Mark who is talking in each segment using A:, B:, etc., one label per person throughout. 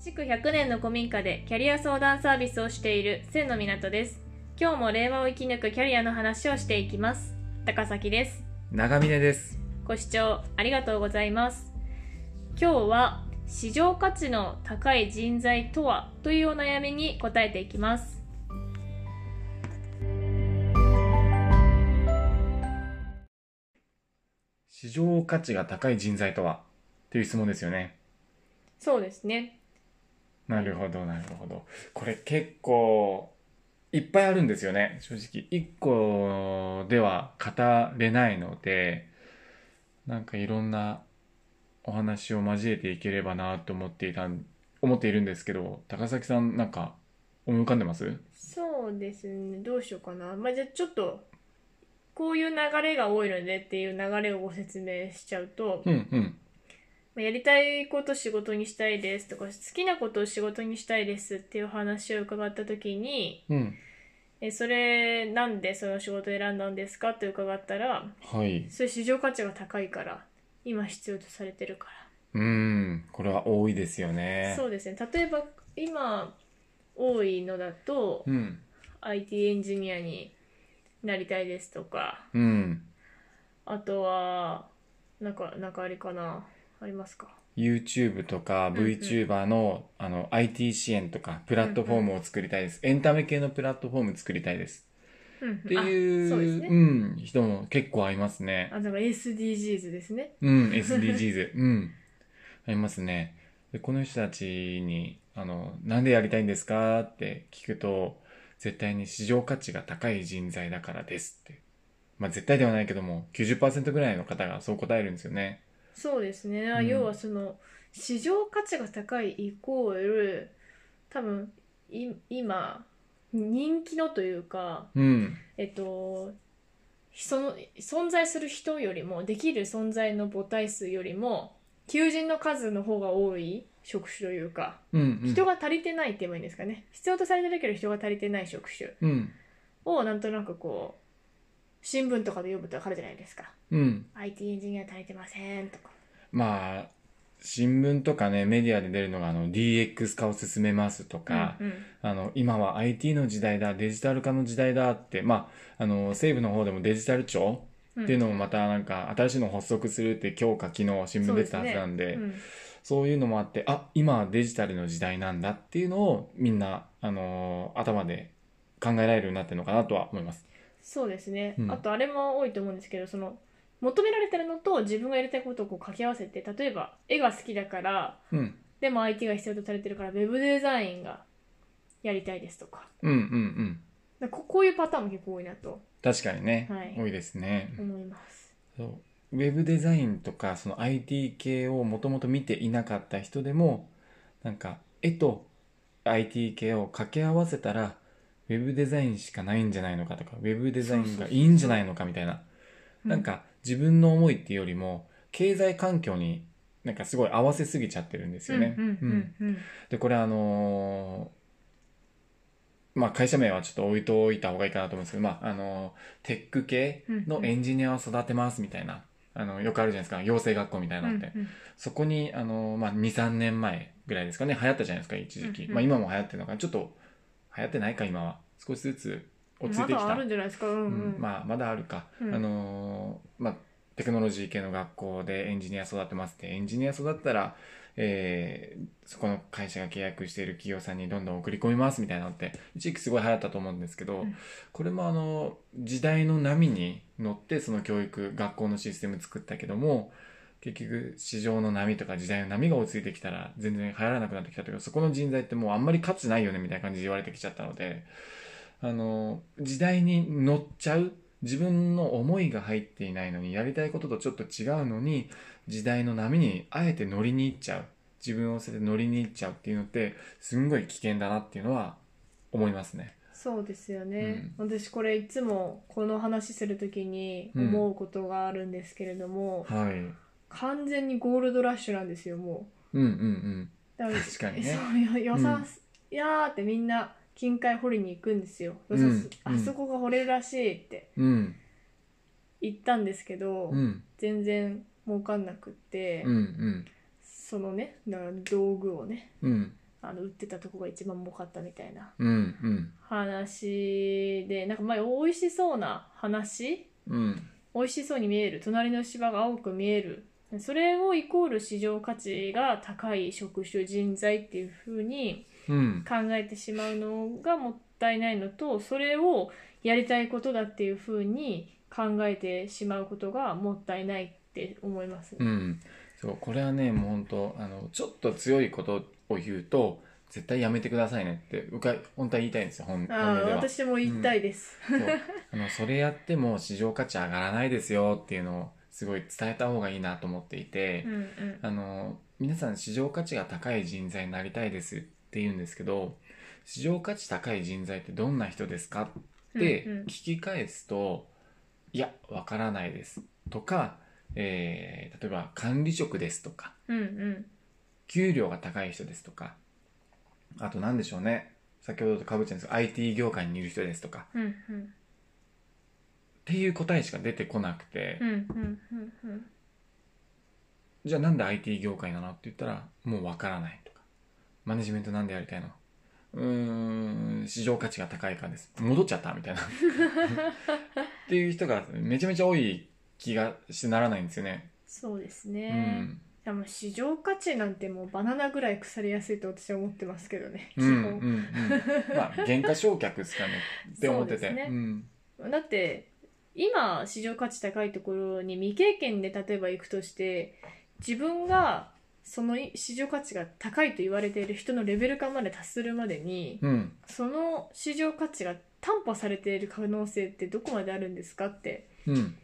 A: 築100年の古民家でキャリア相談サービスをしている千の港です。今日も令和を生き抜くキャリアの話をしていきます。高崎です。
B: 長峰です。
A: ご視聴ありがとうございます。今日は市場価値の高い人材とはというお悩みに答えていきます。
B: 市場価値が高い人材とはっていう質問ですよね。
A: そうですね。
B: なるほど、なるほど。これ結構いっぱいあるんですよね、正直。一個では語れないので、なんかいろんなお話を交えていければなと思っていたん、思っているんですけど、高崎さんなんか思い浮かんでます
A: そうですね。どうしようかな。まあ、じゃあちょっと、こういう流れが多いのでっていう流れをご説明しちゃうと、
B: うんうん。
A: まあやりたいこと仕事にしたいですとか好きなことを仕事にしたいですっていう話を伺った時に
B: うん。
A: えそれなんでその仕事を選んだんですかって伺ったら
B: はい。
A: それ市場価値が高いから今必要とされてるか
B: うん。これは多いですよ
A: ら、
B: ね。
A: そうですね例えば今多いのだと、
B: うん。
A: IT エンジニアになりたいですとか
B: うん。
A: あとはなんかなんかあれかなありますか
B: YouTube とか
A: うんうん
B: VTuber の,、あの IT 支援とかプラットフォームを作りたいです、エンタメ系のプラットフォーム作りたいです
A: うん
B: っていう
A: あそうですね、
B: うん、人も結構合いますね
A: あなんか SDGs ですね
B: うん SDGs うん合いますねでこの人たちにあの「なんでやりたいんですか?」って聞くと絶対に市場価値が高い人材だからですってまあ絶対ではないけども90%ぐらいの方がそう答えるんですよね
A: そうですね、
B: うん
A: 要はその市場価値が高いイコール多分い今人気のというか
B: うん
A: えっとその存在する人よりもできる存在の母体数よりも求人の数の方が多い職種というか
B: うんうん
A: 人が足りてないって言えばいいんですかね、必要とされてるけど人が足りてない職種
B: うん
A: をなんとなくこう新聞とかで読むとわかるじゃないですか
B: うん
A: IT エンジニア足りてませんとか
B: まあ、新聞とかね、メディアで出るのが、あの、DX 化を進めますとか、
A: うんうん
B: あの、今は IT の時代だ、デジタル化の時代だって、まあ、あの、西部の方でもデジタル庁
A: うん
B: っていうのもまたなんか、新しいの発足するって今日か昨日新聞出てたはずなんで、
A: うん
B: そういうのもあって、あ、今はデジタルの時代なんだっていうのを、みんな、あのー頭で考えられるようになってるのかなとは思います。
A: そうですね、
B: うん
A: あとあれも多いと思うんですけどその求められてるのと自分がやりたいことをこう掛け合わせて例えば絵が好きだから
B: うん。
A: でも IT が必要とされてるからウェブデザインがやりたいですとか
B: うんうんうん。
A: だからここういうパターンも結構多いなと
B: 確かにね、
A: はい
B: 多いですね。
A: 思います
B: そうウェブデザインとかその IT 系をもともと見ていなかった人でもなんか絵と IT 系を掛け合わせたらウェブデザインしかないんじゃないのかとかウェブデザインがいいんじゃないのかみたいななんか自分の思いっていうよりも経済環境になんかすごい合わせすぎちゃってるんですよね。
A: うんうんうんうん
B: でこれあのーまあ会社名はちょっと置いといた方がいいかなと思うんですけど、まああのーテック系のエンジニアを育てますみたいな、あのよくあるじゃないですか養成学校みたいなのって、
A: うんうん
B: そこに、あのーまあ、23年前ぐらいですかね流行ったじゃないですか一時期、
A: うんうん
B: まあ、今も流行ってるのかなちょっと流行ってないか今は少しずつ落ち着いてき
A: まだあ
B: た
A: るんじゃないですかうんう、
B: うんんまあ、まだあるか、
A: うん
B: あのーまあ、テクノロジー系の学校でエンジニア育てますってエンジニア育ったら、えーそこの会社が契約している企業さんにどんどん送り込みますみたいなのって一時期すごい流行ったと思うんですけど、
A: うん
B: これもあの時代の波に乗ってその教育学校のシステム作ったけども結局市場の波とか時代の波が落ち着いてきたら全然流行らなくなってきたというかそこの人材ってもうあんまり価値ないよねみたいな感じで言われてきちゃったのであの時代に乗っちゃう自分の思いが入っていないのにやりたいこととちょっと違うのに時代の波にあえて乗りに行っちゃう自分を捨てて乗りに行っちゃうっていうのってすんごい危険だなっていうのは思いますね。
A: そうですよね、私これいつもこの話するときに思うことがあるんですけれども、
B: はい、
A: 完全にゴールドラッシュなんですよも
B: うんう
A: う
B: ん
A: だ
B: う
A: か
B: ん
A: ら
B: 確かにね。
A: そうよよさ、
B: うん
A: いやーってみんな近海掘りに行くんですよ、よさ
B: うん
A: あそこが掘れるらしいって
B: うん
A: 言ったんですけど、
B: うん
A: 全然儲かんなくって、
B: うんうん
A: そのねだから道具をね
B: うん
A: あの売ってたとこが一番儲かったみたいな
B: うん
A: 話でなんか前美味しそうな話
B: うんうん
A: 美味しそうに見える隣の芝が青く見えるそれをイコール市場価値が高い職種人材っていう風に
B: うん
A: 考えてしまうのがもったいないのとそれをやりたいことだっていう風に考えてしまうことがもったいないって思います。
B: うんそうこれはねもう本当あのちょっと強いことを言うと絶対やめてくださいねってうか本当は言いたいんですよ本本
A: あ
B: 音
A: あ
B: では
A: 私も言いたいです。
B: そうあのそれやっても市場価値上がらないですよっていうのをすごい伝えた方がいいなと思っていて、
A: うんうん
B: あの皆さん市場価値が高い人材になりたいですって言うんですけど市場価値高い人材ってどんな人ですかって
A: うんうん
B: 聞き返すと、いやわからないですとか、えー例えば管理職ですとか
A: うんうん
B: 給料が高い人ですとかあと何でしょうね先ほどとかぶっちゃうんですが IT 業界にいる人ですとか
A: うんうん
B: っていう答えしか出てこなくて、
A: うんうんうんうん
B: じゃあなんで IT 業界なのって言ったらもうわからないとかマネジメントなんでやりたいのうーん市場価値が高いからです戻っちゃったみたいなっていう人がめちゃめちゃ多い気がしてならないんですよね、
A: そうですね。でも市場価値なんてもうバナナぐらい腐りやすいと私は思ってますけどね。
B: うんうんうんうんまあ原価償却ですかねって思って
A: そう
B: て、
A: ですね
B: うん
A: 基本だって今市場価値高いところに未経験で例えば行くとして自分がその市場価値が高いと言われている人のレベル感まで達するまでに
B: うん
A: その市場価値が担保されている可能性ってどこまであるんですかって
B: うん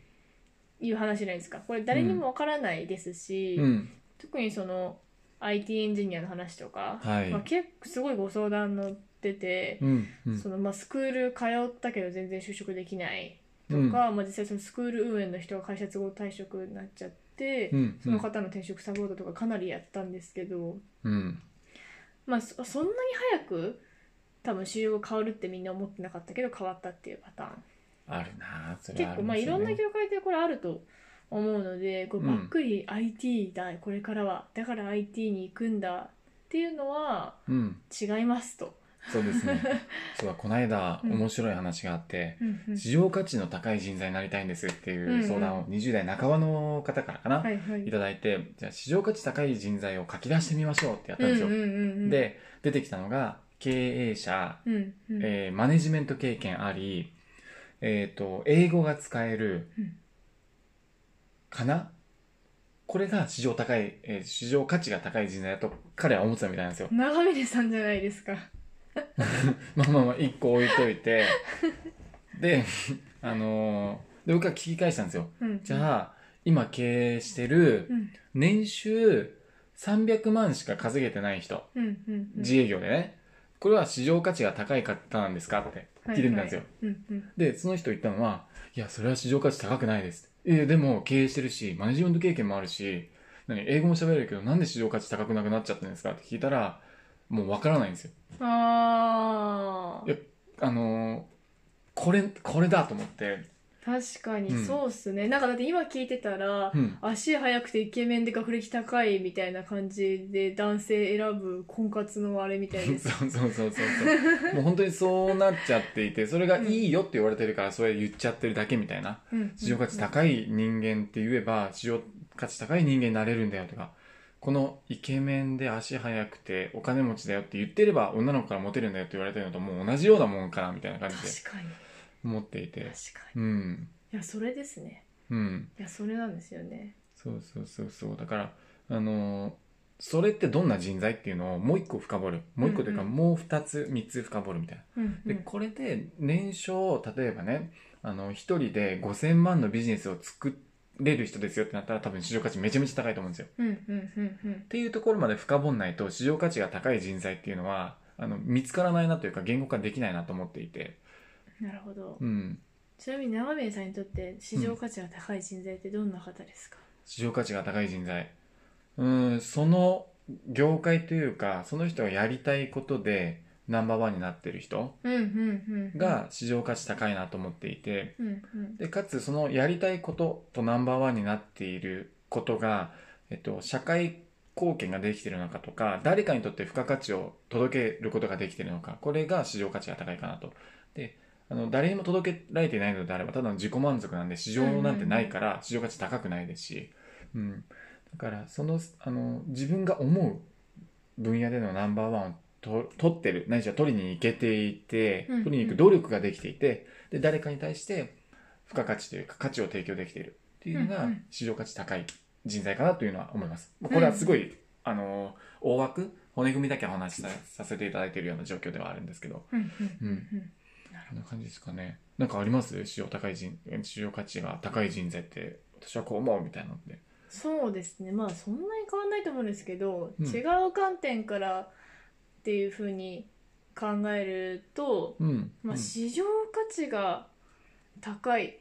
A: いう話じゃないですかこれ誰にもわからないですし、
B: うん
A: 特にその IT エンジニアの話とか、
B: はい
A: まあ、結構すごいご相談乗ってて、
B: うんうん
A: そのまあ、スクール通ったけど全然就職できないとか、まあ、実際そのスクール運営の人が会社都合退職になっちゃって、
B: うん
A: その方の転職サポートとかかなりやったんですけど、
B: うん
A: まあ、そそんなに早く多分市場が変わるってみんな思ってなかったけど変わったっていうパターン
B: あるなあそれ
A: 結
B: はあ
A: 構
B: り
A: まあ
B: す
A: い
B: よ
A: ろん
B: ね
A: な業界でこれあると思うのでこう
B: うん
A: ばっくり IT だ、これからはだから IT に行くんだっていうのは
B: うん
A: 違いますと。
B: そうですね。そうだ、この間、
A: うん
B: 面白い話があって、
A: うんうん
B: 市場価値の高い人材になりたいんですって
A: ん
B: いううん相談を20代半ばの方からかな、
A: はいいはい。
B: ただいて、じゃあ市場価値高い人材を書き出してみましょうってやったんですよ。
A: うんうんうんうん、
B: で、出てきたのが、経営者、
A: うんうん、
B: えーマネジメント経験あり、えっ、と、英語が使える
A: うん、
B: かなこれが市場高い、えー市場価値が高い人材だと彼は思ってたみたいなんで すよ。
A: 長峰さんじゃないですか。
B: まあまあまあ1個置いといてであのーで僕は聞き返したんですよじ
A: あ、
B: ゃあ今経営してる
A: うん
B: 年収300万しか稼げてない人
A: うんうんうん、
B: 自営業でねこれは市場価値が高い方なんですかって聞いてみたんですよ、
A: はいはいうんうん
B: でその人言ったのはいやそれは市場価値高くないですいやでも経営してるしマネジメント経験もあるし何英語も喋れるけどなんで市場価値高くなくなっちゃったんですかって聞いたらもうわからないんですよ
A: あ
B: いやあのーこれ、これだと思って。
A: ー確か
B: う
A: に
B: ん
A: そうっすね、なんかだって今聞いてたら、
B: うん。
A: 足速くてイケメンで学歴高いみたいな感じで男性選ぶ婚活のあれみたい
B: そう
A: です
B: そうそうそうそう。もう本当にそうなっちゃっていて、それがいいよって言われてるから、それ言っちゃってるだけみたいな。市場価値
A: い、
B: 高い人間って言えば、市場価値高い人間になれるんだよとか、このイケメンで足速くてお金持ちだよって言ってれば女の子からモテるんだよって言われてるのともう同じようなもんかなみたいな感じで
A: 確かに
B: 思ってい
A: 確
B: て。
A: かに
B: うん。
A: いやそれですね
B: うん。
A: いやそれなんですよね
B: そうそうそうそうだからあのーそれってどんな人材っていうのをもう一個深掘るもう一個というか
A: うんう
B: もう二つ三つ深掘るみたいな、
A: うんう
B: で
A: ん
B: これで年商例えばねあの一人で5000万のビジネスを作れる人ですよってなったら多分市場価値めちゃめちゃ高いと思うんですよっ
A: うんうんうんうん
B: ていうところまで深掘んないと市場価値が高い人材っていうのはあの見つからないなというか言語化できないなと思っていて
A: なるほど、
B: うん
A: ちなみに長峰さんにとって市場価値が高い人材ってどんな方ですか、
B: 市場価値が高い人材うんその業界というかその人がやりたいことでナンバーワンになってる人
A: うんうんうんうん、
B: が市場価値高いなと思っていて
A: うんうん
B: でかつそのやりたいこととナンバーワンになっていることが、えっと、社会貢献ができてるのかとか誰かにとって付加価値を届けることができてるのかこれが市場価値が高いかなとであの誰にも届けられていないのであればただの自己満足なんで市場なんてないから市場価値高くないですし、うん、だからそのあの自分が思う分野でのナンバーワンをと取ってるないしは取りに行けていて
A: うんうん
B: 取りに行く努力ができていてで誰かに対して付加価値というか価値を提供できているっていうの
A: う
B: が
A: んうん
B: 市場価値高い人材かなというのは思います。これはすごい、あの大枠骨組みだけお話しささせていただいているような状況ではあるんですけど
A: うんうん
B: うんこんな感じですかねなんかあります市場高い人市場価値が高い人材って私はこう思うみたいなのって
A: そうですねまあそんなに変わんないと思うんですけど、
B: うん
A: 違う観点からっていうふうに考えると、
B: うん、
A: まあ、
B: うん
A: 市場価値が高い、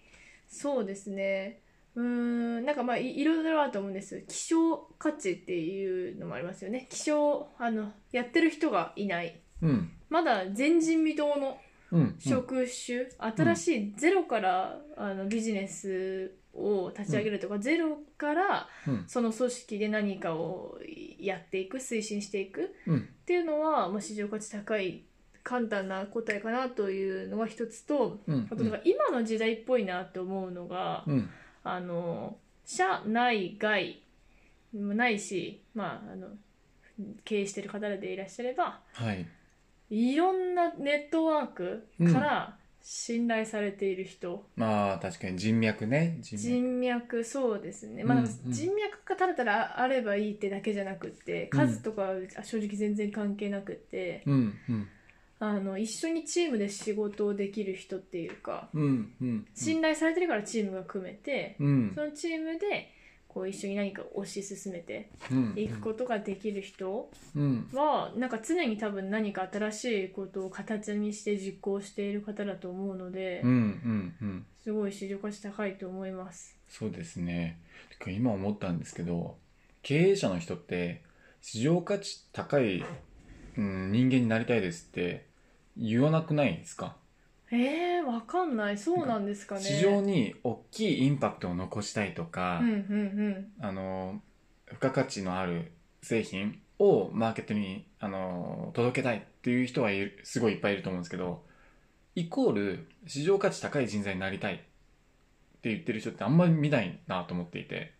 A: そうですねうーんなんかまあいいろいろあると思うんです希少価値っていうのもありますよね希少あのやってる人がいない
B: うん
A: まだ前人未到の
B: うん
A: 職種、新しいゼロから、あのビジネスを立ち上げるとか、ゼロから
B: うん
A: その組織で何かをやっていく推進していくっ
B: うん
A: ていうのは、まあ、市場価値高い簡単な答えかなというのが一つと
B: うん
A: あとなんか今の時代っぽいなって思うのが、
B: うん
A: あの社内外もないし、まあ、あの経営してる方でいらっしゃれば
B: はい
A: いろんなネットワークから信頼されている人、
B: まあ確かに人脈ね人脈
A: 人脈そうですね、まあ
B: うんうん
A: 人脈がたらたらあればいいってだけじゃなくって
B: うん
A: 数とかは正直全然関係なくって、
B: うんうん
A: あの一緒にチームで仕事をできる人っていうか
B: うんうん
A: 信頼されてるからチームが組めて、
B: うん
A: そのチームでこう一緒に何か推し進めて
B: うん
A: いくことができる人
B: うん
A: はなんか常に多分何か新しいことを形にして実行している方だと思うので。
B: うんうんうん
A: すごい市場価値高いと思います。
B: そうですねてか今思ったんですけど経営者の人って市場価値高い、うん、人間になりたいですって言わなくないですか
A: えー、わかんない。そうなんですかね。
B: 市場に大きいインパクトを残したいとか、
A: うんうん
B: あの付加価値のある製品をマーケットにあの届けたいっていう人はいるすごいいっぱいいると思うんですけどイコール市場価値高い人材になりたいって言ってる人ってあんまり見ないなと思っていて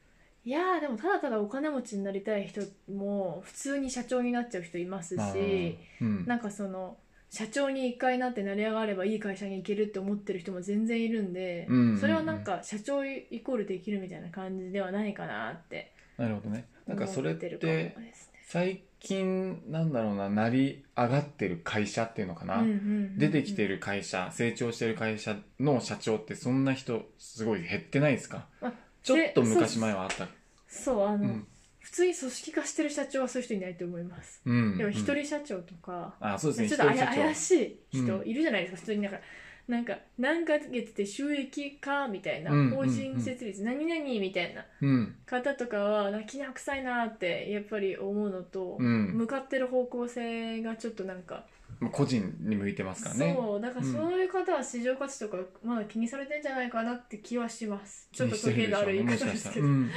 A: うん。いやーでもただただお金持ちになりたい人も普通に社長になっちゃう人いますし、
B: うん
A: なんかその社長に一回なって成り上がればいい会社に行けるって思ってる人も全然いるんで、
B: うんうんうん
A: それはなんか社長イコールできるみたいな感じではないかなって
B: なるほどねなんかそれっ
A: 思る
B: て
A: かもですね
B: 最近なんだろうな成り上がってる会社っていうのかな、
A: うんうんうんうん
B: 出てきてる会社成長してる会社の社長ってそんな人すごい減ってないですか
A: あ
B: ちょっと
A: で
B: 昔前はあった
A: そうあ
B: う
A: の、
B: ん
A: 普通に組織化してる社長はそういう人いないと思います。
B: うん
A: でも
B: うん
A: 一人社長とか、
B: あそうです
A: ちょ
B: ね
A: っとあや
B: 一人社長
A: 怪しい人
B: うん
A: いるじゃないですか、普通になんかなんか何ヶ月で収益化みたいな、
B: うん
A: 法人設立何々みたいな
B: うん
A: 方とかは泣きな臭いなってやっぱり思うのと、
B: うん
A: 向かってる方向性がちょっとなんか、
B: まあ個人に向いてますからね
A: そうだからそういう方は市場価値とかまだ気にされてんじゃないかなって気はします、ちょっと時計がある言い
B: もし
A: 方
B: か
A: で
B: し
A: す
B: た
A: け
B: らう
A: ど、
B: んうんうん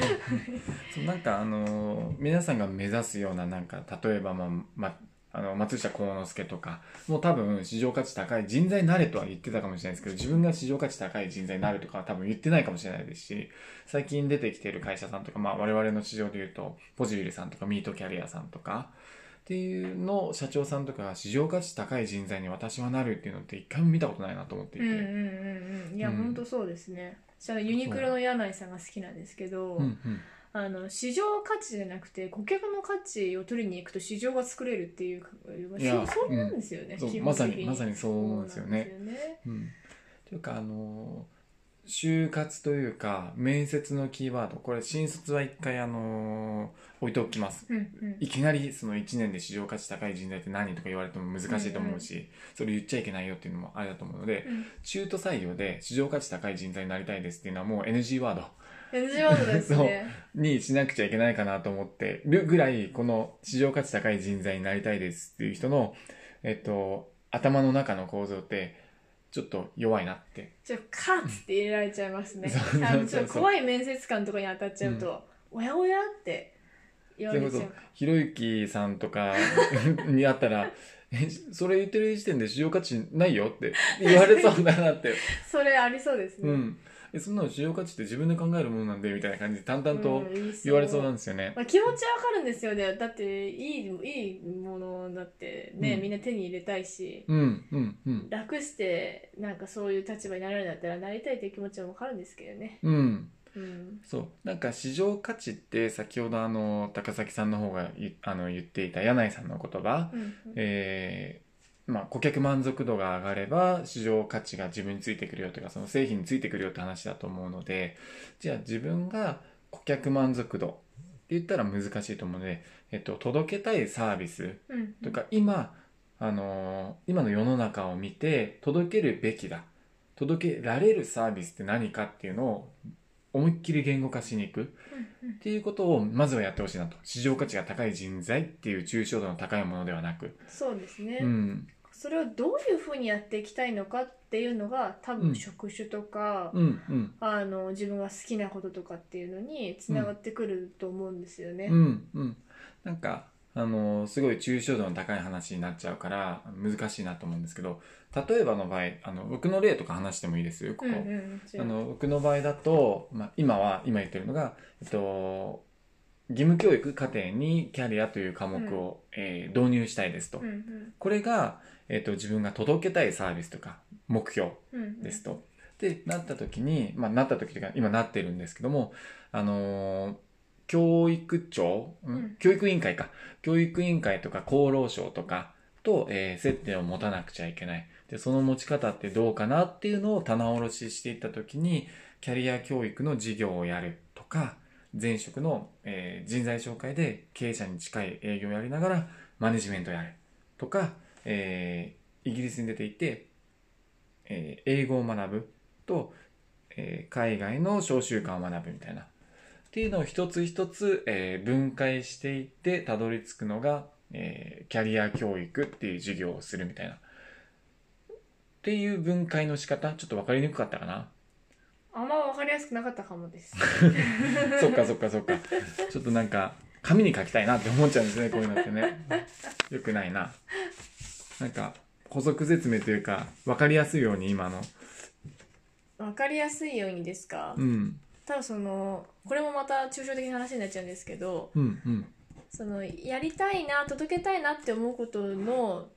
B: そうなんかあのー皆さんが目指すようななんか例えばまあまあの松下幸之助とかもう多分市場価値高い人材になれとは言ってたかもしれないですけど自分が市場価値高い人材になるとかは多分言ってないかもしれないですし最近出てきてる会社さんとか、まあ、我々の市場で言うとポジビルさんとかミートキャリアさんとかっていうの社長さんとかが市場価値高い人材に私はなるっていうのって一回も見たことないなと思ってい
A: うん
B: て。
A: うんうんうんいや、
B: うん
A: ほんとそうですねじゃあユニクロの柳井さんが好きなんですけど、
B: うんうん
A: あの市場価値じゃなくて顧客の価値を取りに行くと市場が作れるっていうか
B: いや
A: そうそうなんですよね、
B: そう
A: 基
B: ま
A: 本
B: さ
A: 的
B: にまさにそう思うんですよね。
A: そうなんですよね
B: うんというかあの就活というか面接のキーワードこれ新卒は一回あの置いておきます
A: うんうん
B: いきなりその1年で市場価値高い人材って何とか言われても難しいと思うし、それ言っちゃいけないよっていうのもあれだと思うので
A: うん
B: 中途採用で市場価値高い人材になりたいですっていうのはもう NG ワード
A: NG ワードですね
B: にしなくちゃいけないかなと思ってるぐらいこの市場価値高い人材になりたいですっていう人の、えっと、頭の中の構造ってちょっと弱いなって
A: ちょっとカッツって入れられちゃいますね
B: そうそうそう
A: あのちょっと怖い面接官とかに当たっちゃうと、おやおやって言わ
B: そ
A: れ
B: れこ
A: ちゃ。
B: そうひろゆきさんと かに会ったらえそれ言ってる時点で市場価値ないよって言われそうだなって、
A: それありそうですね。
B: う、ん、えそんなの市場価値って自分で考えるものなんでみたいな感じで淡々と
A: ん
B: 言われそうなん
A: で
B: ですよね、
A: まあ、気持ちはわかるんですよね。だって、いい、いいものだってね、
B: うん
A: みんな手に入れたいし、
B: うんうんうん
A: 楽して、なんかそういう立場になられるんだったら、なりたいという気持ちはわかるんですけどね。
B: うん
A: うん。
B: そうなんか市場価値って先ほどあの高崎さんの方がいあの言っていた柳井さんの言葉、
A: うん。
B: えーまあ、顧客満足度が上がれば市場価値が自分についてくるよというかその製品についてくるよって話だと思うのでじゃあ自分が顧客満足度って言ったら難しいと思うので、えっと、届けたいサービス
A: うん。
B: とか今、あのー今の世の中を見て届けるべきだ届けられるサービスって何かっていうのを思いっきり言語化しに行く
A: うん、うん
B: っていうことをまずはやってほしいなと市場価値が高い人材っていう抽象度の高いものではなく、
A: そうですね。
B: うん、
A: それをどういうふうにやっていきたいのかっていうのが、多
B: うん
A: 分職種とか、
B: うんうん
A: あの自分が好きなこととかっていうのにつながってくると思うんですよね。
B: うんうんなんかあのーすごい抽象度の高い話になっちゃうから難しいなと思うんですけど例えばの場合あの僕の例とか話してもいいですよこ
A: う
B: こ、
A: んうんもち
B: あ
A: ろん
B: の僕の場合だと、まあ、今は今言ってるのが、えっと、義務教育課程にキャリアという科目を、えー導入したいですと、
A: うんうん
B: これが、えっと、自分が届けたいサービスとか目標
A: うんうん
B: ですと。でなった時に、まあ、なった時というか今なってるんですけども、あのー教育庁、ん
A: うん
B: 教育委員会か教育委員会とか厚労省とかと、えー接点を持たなくちゃいけないでその持ち方ってどうかなっていうのを棚卸ししていった時にキャリア教育の事業をやるとか前職の、えー人材紹介で経営者に近い営業をやりながらマネジメントやるとか、えーイギリスに出ていて、えー英語を学ぶと、えー海外の商習慣を学ぶみたいなっていうのを一つ一つ、えー分解していってたどり着くのが、えーキャリア教育っていう授業をするみたいなっていう分解の仕方ちょっと分かりにくかったかな
A: あんま分かりやすくなかったかもです。
B: そっかそっかそっかちょっとなんか紙に書きたいなって思っちゃうんですねこういうのってねよくないななんか補足説明というか分かりやすいように今の
A: 分かりやすいようにですか、
B: うん
A: ただそのこれもまた抽象的な話になっちゃうんですけど
B: うんうん
A: そのやりたいな届けたいなって思うことの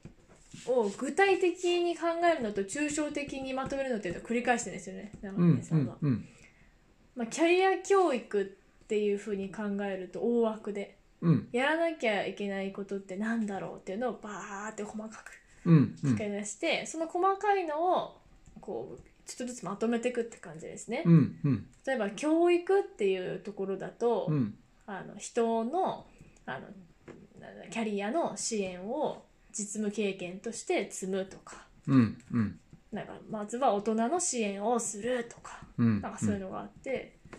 A: を具体的に考えるのと抽象的にまとめるのっていうのを繰り返してるんですよね長
B: う
A: 峰
B: ん
A: さ
B: うん
A: は。
B: んうん
A: まあ、キャリア教育っていうふうに考えると大枠で。
B: うん
A: やらなきゃいけないことってなんだろうっていうのをバーって細かく
B: うんう
A: 書
B: ん
A: き出して、その細かいのをこうちょっとずつまとめていくって感じですね。
B: うんうん
A: 例えば教育っていうところだと、
B: うん
A: あの人のあのなんだキャリアの支援を実務経験として積むとか
B: うんうん
A: なんかまずは大人の支援をするとか
B: うん
A: なんかそういうのがあって、だか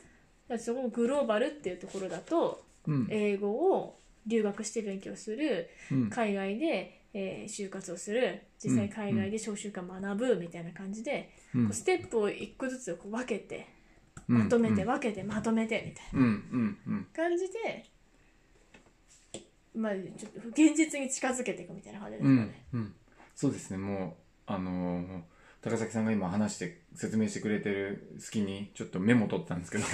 A: らそこグローバルっていうところだと
B: うん
A: 英語を留学して勉強する
B: うん
A: 海外で、えー就活をする実際海外で小習慣学ぶみたいな感じで、
B: うん
A: こうステップを一個ずつこう分けてまとめて分けてまとめてみたい
B: うんうんうん
A: な感じで、まあ、ちょっと現実に近づけていくみたいな感じです
B: う
A: か
B: ん
A: ね。
B: うん、そうですねもうあのー高崎さんが今話して説明してくれてる隙にちょっとメモ取ったんですけど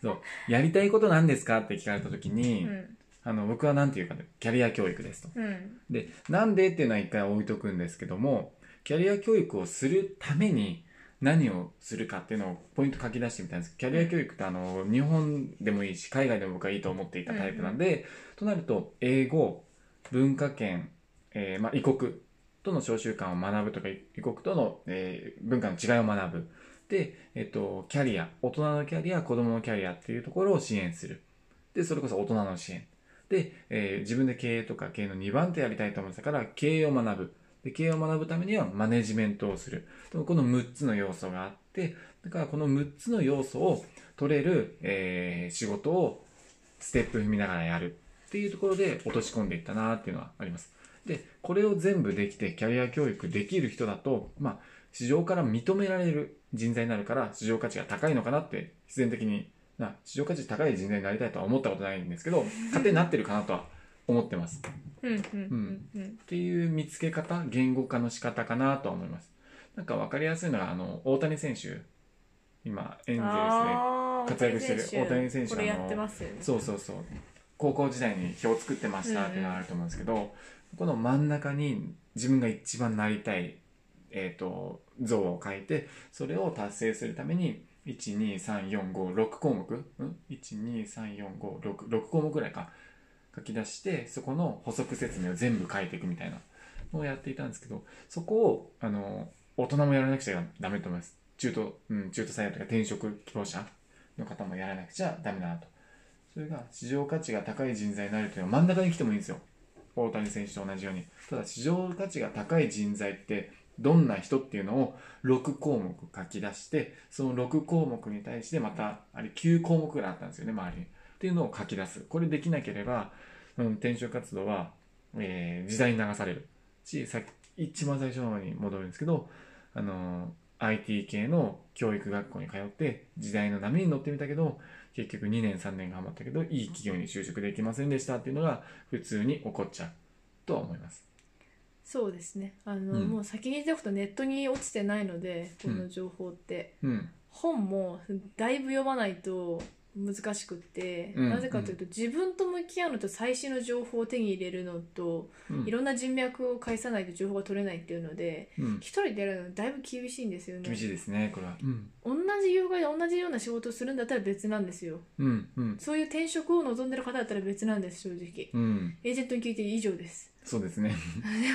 B: そうやりたいことなんですかって聞かれた時
A: う
B: に、
A: ん
B: あの僕は何て言うかとキャリア教育ですと。
A: うん
B: でなんでっていうのは一回置いとくんですけどもキャリア教育をするために何をするかっていうのをポイント書き出してみたんですキャリア教育ってあの日本でもいいし海外でも僕はいいと思っていたタイプなんで、となると英語文化圏、えーまあ、異国との召集観を学ぶとか異国との、えー文化の違いを学ぶで、えっとキャリア大人のキャリア子供のキャリアっていうところを支援するでそれこそ大人の支援で、えー自分で経営とか経営の2番手やりたいと思ってたから経営を学ぶで経営を学ぶためにはマネジメントをするでもこの6つの要素があってだからこの6つの要素を取れる、えー仕事をステップ踏みながらやるっていうところで落とし込んでいったなっていうのはありますでこれを全部できてキャリア教育できる人だとまあ市場から認められる人材になるから市場価値が高いのかなって必然的にな市場価値高い人材になりたいとは思ったことないんですけど勝手になってるかなとは思ってますっ
A: うんうんうんうん
B: ていう見つけ方言語化の仕方かなとは思いますなんか分かりやすいのがあの大谷選手今エンゼルスで
A: あー
B: 活躍してる大谷選手
A: これやってますよね
B: そうそうそう高校時代に表を作ってましたっていうのがあると思うんですけど、この真ん中に自分が一番なりたい、えー、と像を書いてそれを達成するために12345項目、うん、1234566項目ぐらいか書き出してそこの補足説明を全部書いていくみたいなのをやっていたんですけどそこをあの大人もやらなくちゃダメだと思います中途、うん、中途採用とか転職希望者の方もやらなくちゃダメだなとそれが市場価値が高い人材になるというのは真ん中に来てもいいんですよ大谷選手と同じようにただ市場価値が高い人材ってどんな人っていうのを6項目書き出してその6項目に対してまたあれ9項目ぐらいあったんですよね周りにっていうのを書き出すこれできなければ、うん、転職活動は、えー時代に流されるしさっき一番最初の方に戻るんですけどあのー IT 系の教育学校に通って時代の波に乗ってみたけど結局2年3年頑張ったけどいい企業に就職できませんでしたっていうのが普通に起こっちゃうとは思います
A: そうですねあの、
B: うん
A: もう先に言っておくとネットに落ちてないのでこの情報って、
B: うん
A: 本もだいぶ読まないと難しくって、
B: うん
A: なぜかというと自分と向き合うのと最新の情報を手に入れるのと、
B: うん
A: いろんな人脈を介さないと情報が取れないっていうので
B: うん
A: 一人でやるのだいぶ厳しいんですよね
B: 厳しいですねこれはうん
A: 同じ業界で同じような仕事をするんだったら別なんですよ
B: うんうん
A: そういう転職を望んでる方だったら別なんです正直
B: うん
A: エージェントに聞いて以上です
B: そうですね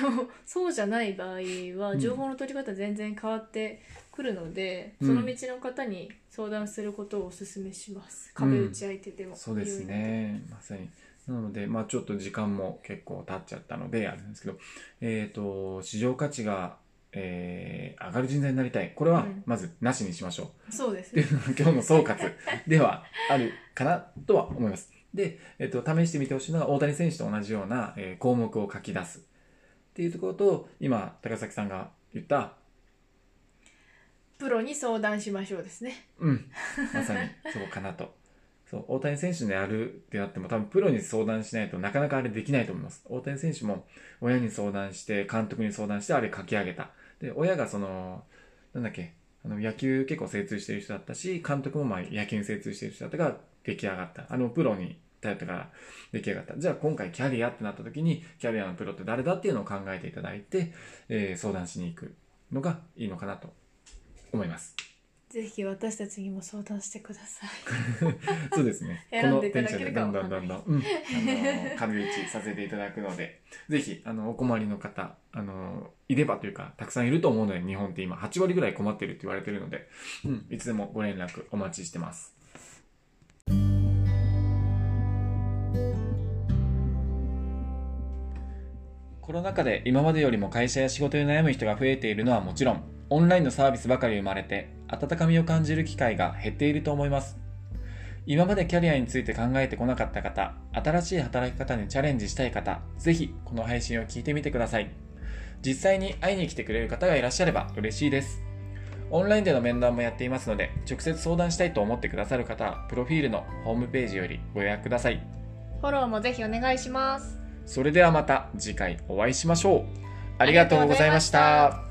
A: でもそうじゃない場合
B: う
A: は
B: ん
A: 情報の取り方全然変わってくるので、
B: うん
A: その道の方に相談することをお勧めします
B: うん
A: 壁打ち相手でも、
B: そうですねまさになのでまあちょっと時間も結構経っちゃったのであれなんですけどえっ、と市場価値が、えー上がる人材になりたいこれは
A: うん
B: まずなしにしましょう、
A: そうです
B: ってい
A: ね
B: うのが今日の総括ではあるかなとは思います。で、えっと、試してみてほしいのは大谷選手と同じような、えー項目を書き出すっていうところと今高崎さんが言った
A: プロに相談しましょうですね
B: うんまさにそうかなと。そう大谷選手のやるってなっても多分プロに相談しないとなかなかあれできないと思います大谷選手も親に相談して監督に相談してあれ書き上げたで親がそのなんだっけあの野球結構精通してる人だったし監督もまあ野球に精通してる人だったから出来上がったあのプロに頼ったから出来上がったじゃあ今回キャリアってなった時にキャリアのプロって誰だっていうのを考えていただいて、えー相談しに行くのがいいのかなと思います
A: ぜひ私たちにも相談してください
B: そうですね。
A: 選んでいただけるか
B: こ
A: わ
B: のテ
A: かんな
B: ンションでどんど
A: い
B: んどんどん、 うん、あの、壁打ちさせていただくので、ぜひ、あの、お困りの方、あの、いればというか、たくさんいると思うので、日本って今、8割ぐらい困ってるって言われてるので、うん、いつでもご連絡お待ちしてます。コロナ禍で今までよりも会社や仕事に悩む人が増えているのはもちろん、オンラインのサービスばかり生まれて、温かみを感じる機会が減っていると思います。今までキャリアについて考えてこなかった方、新しい働き方にチャレンジしたい方、ぜひこの配信を聞いてみてください。実際に会いに来てくれる方がいらっしゃれば嬉しいです。オンラインでの面談もやっていますので、直接相談したいと思ってくださる方は、プロフィールのホームページよりご予約ください。
A: フォローもぜひお願いします
B: それではまた次回お会いしましょう。ありがとうございました。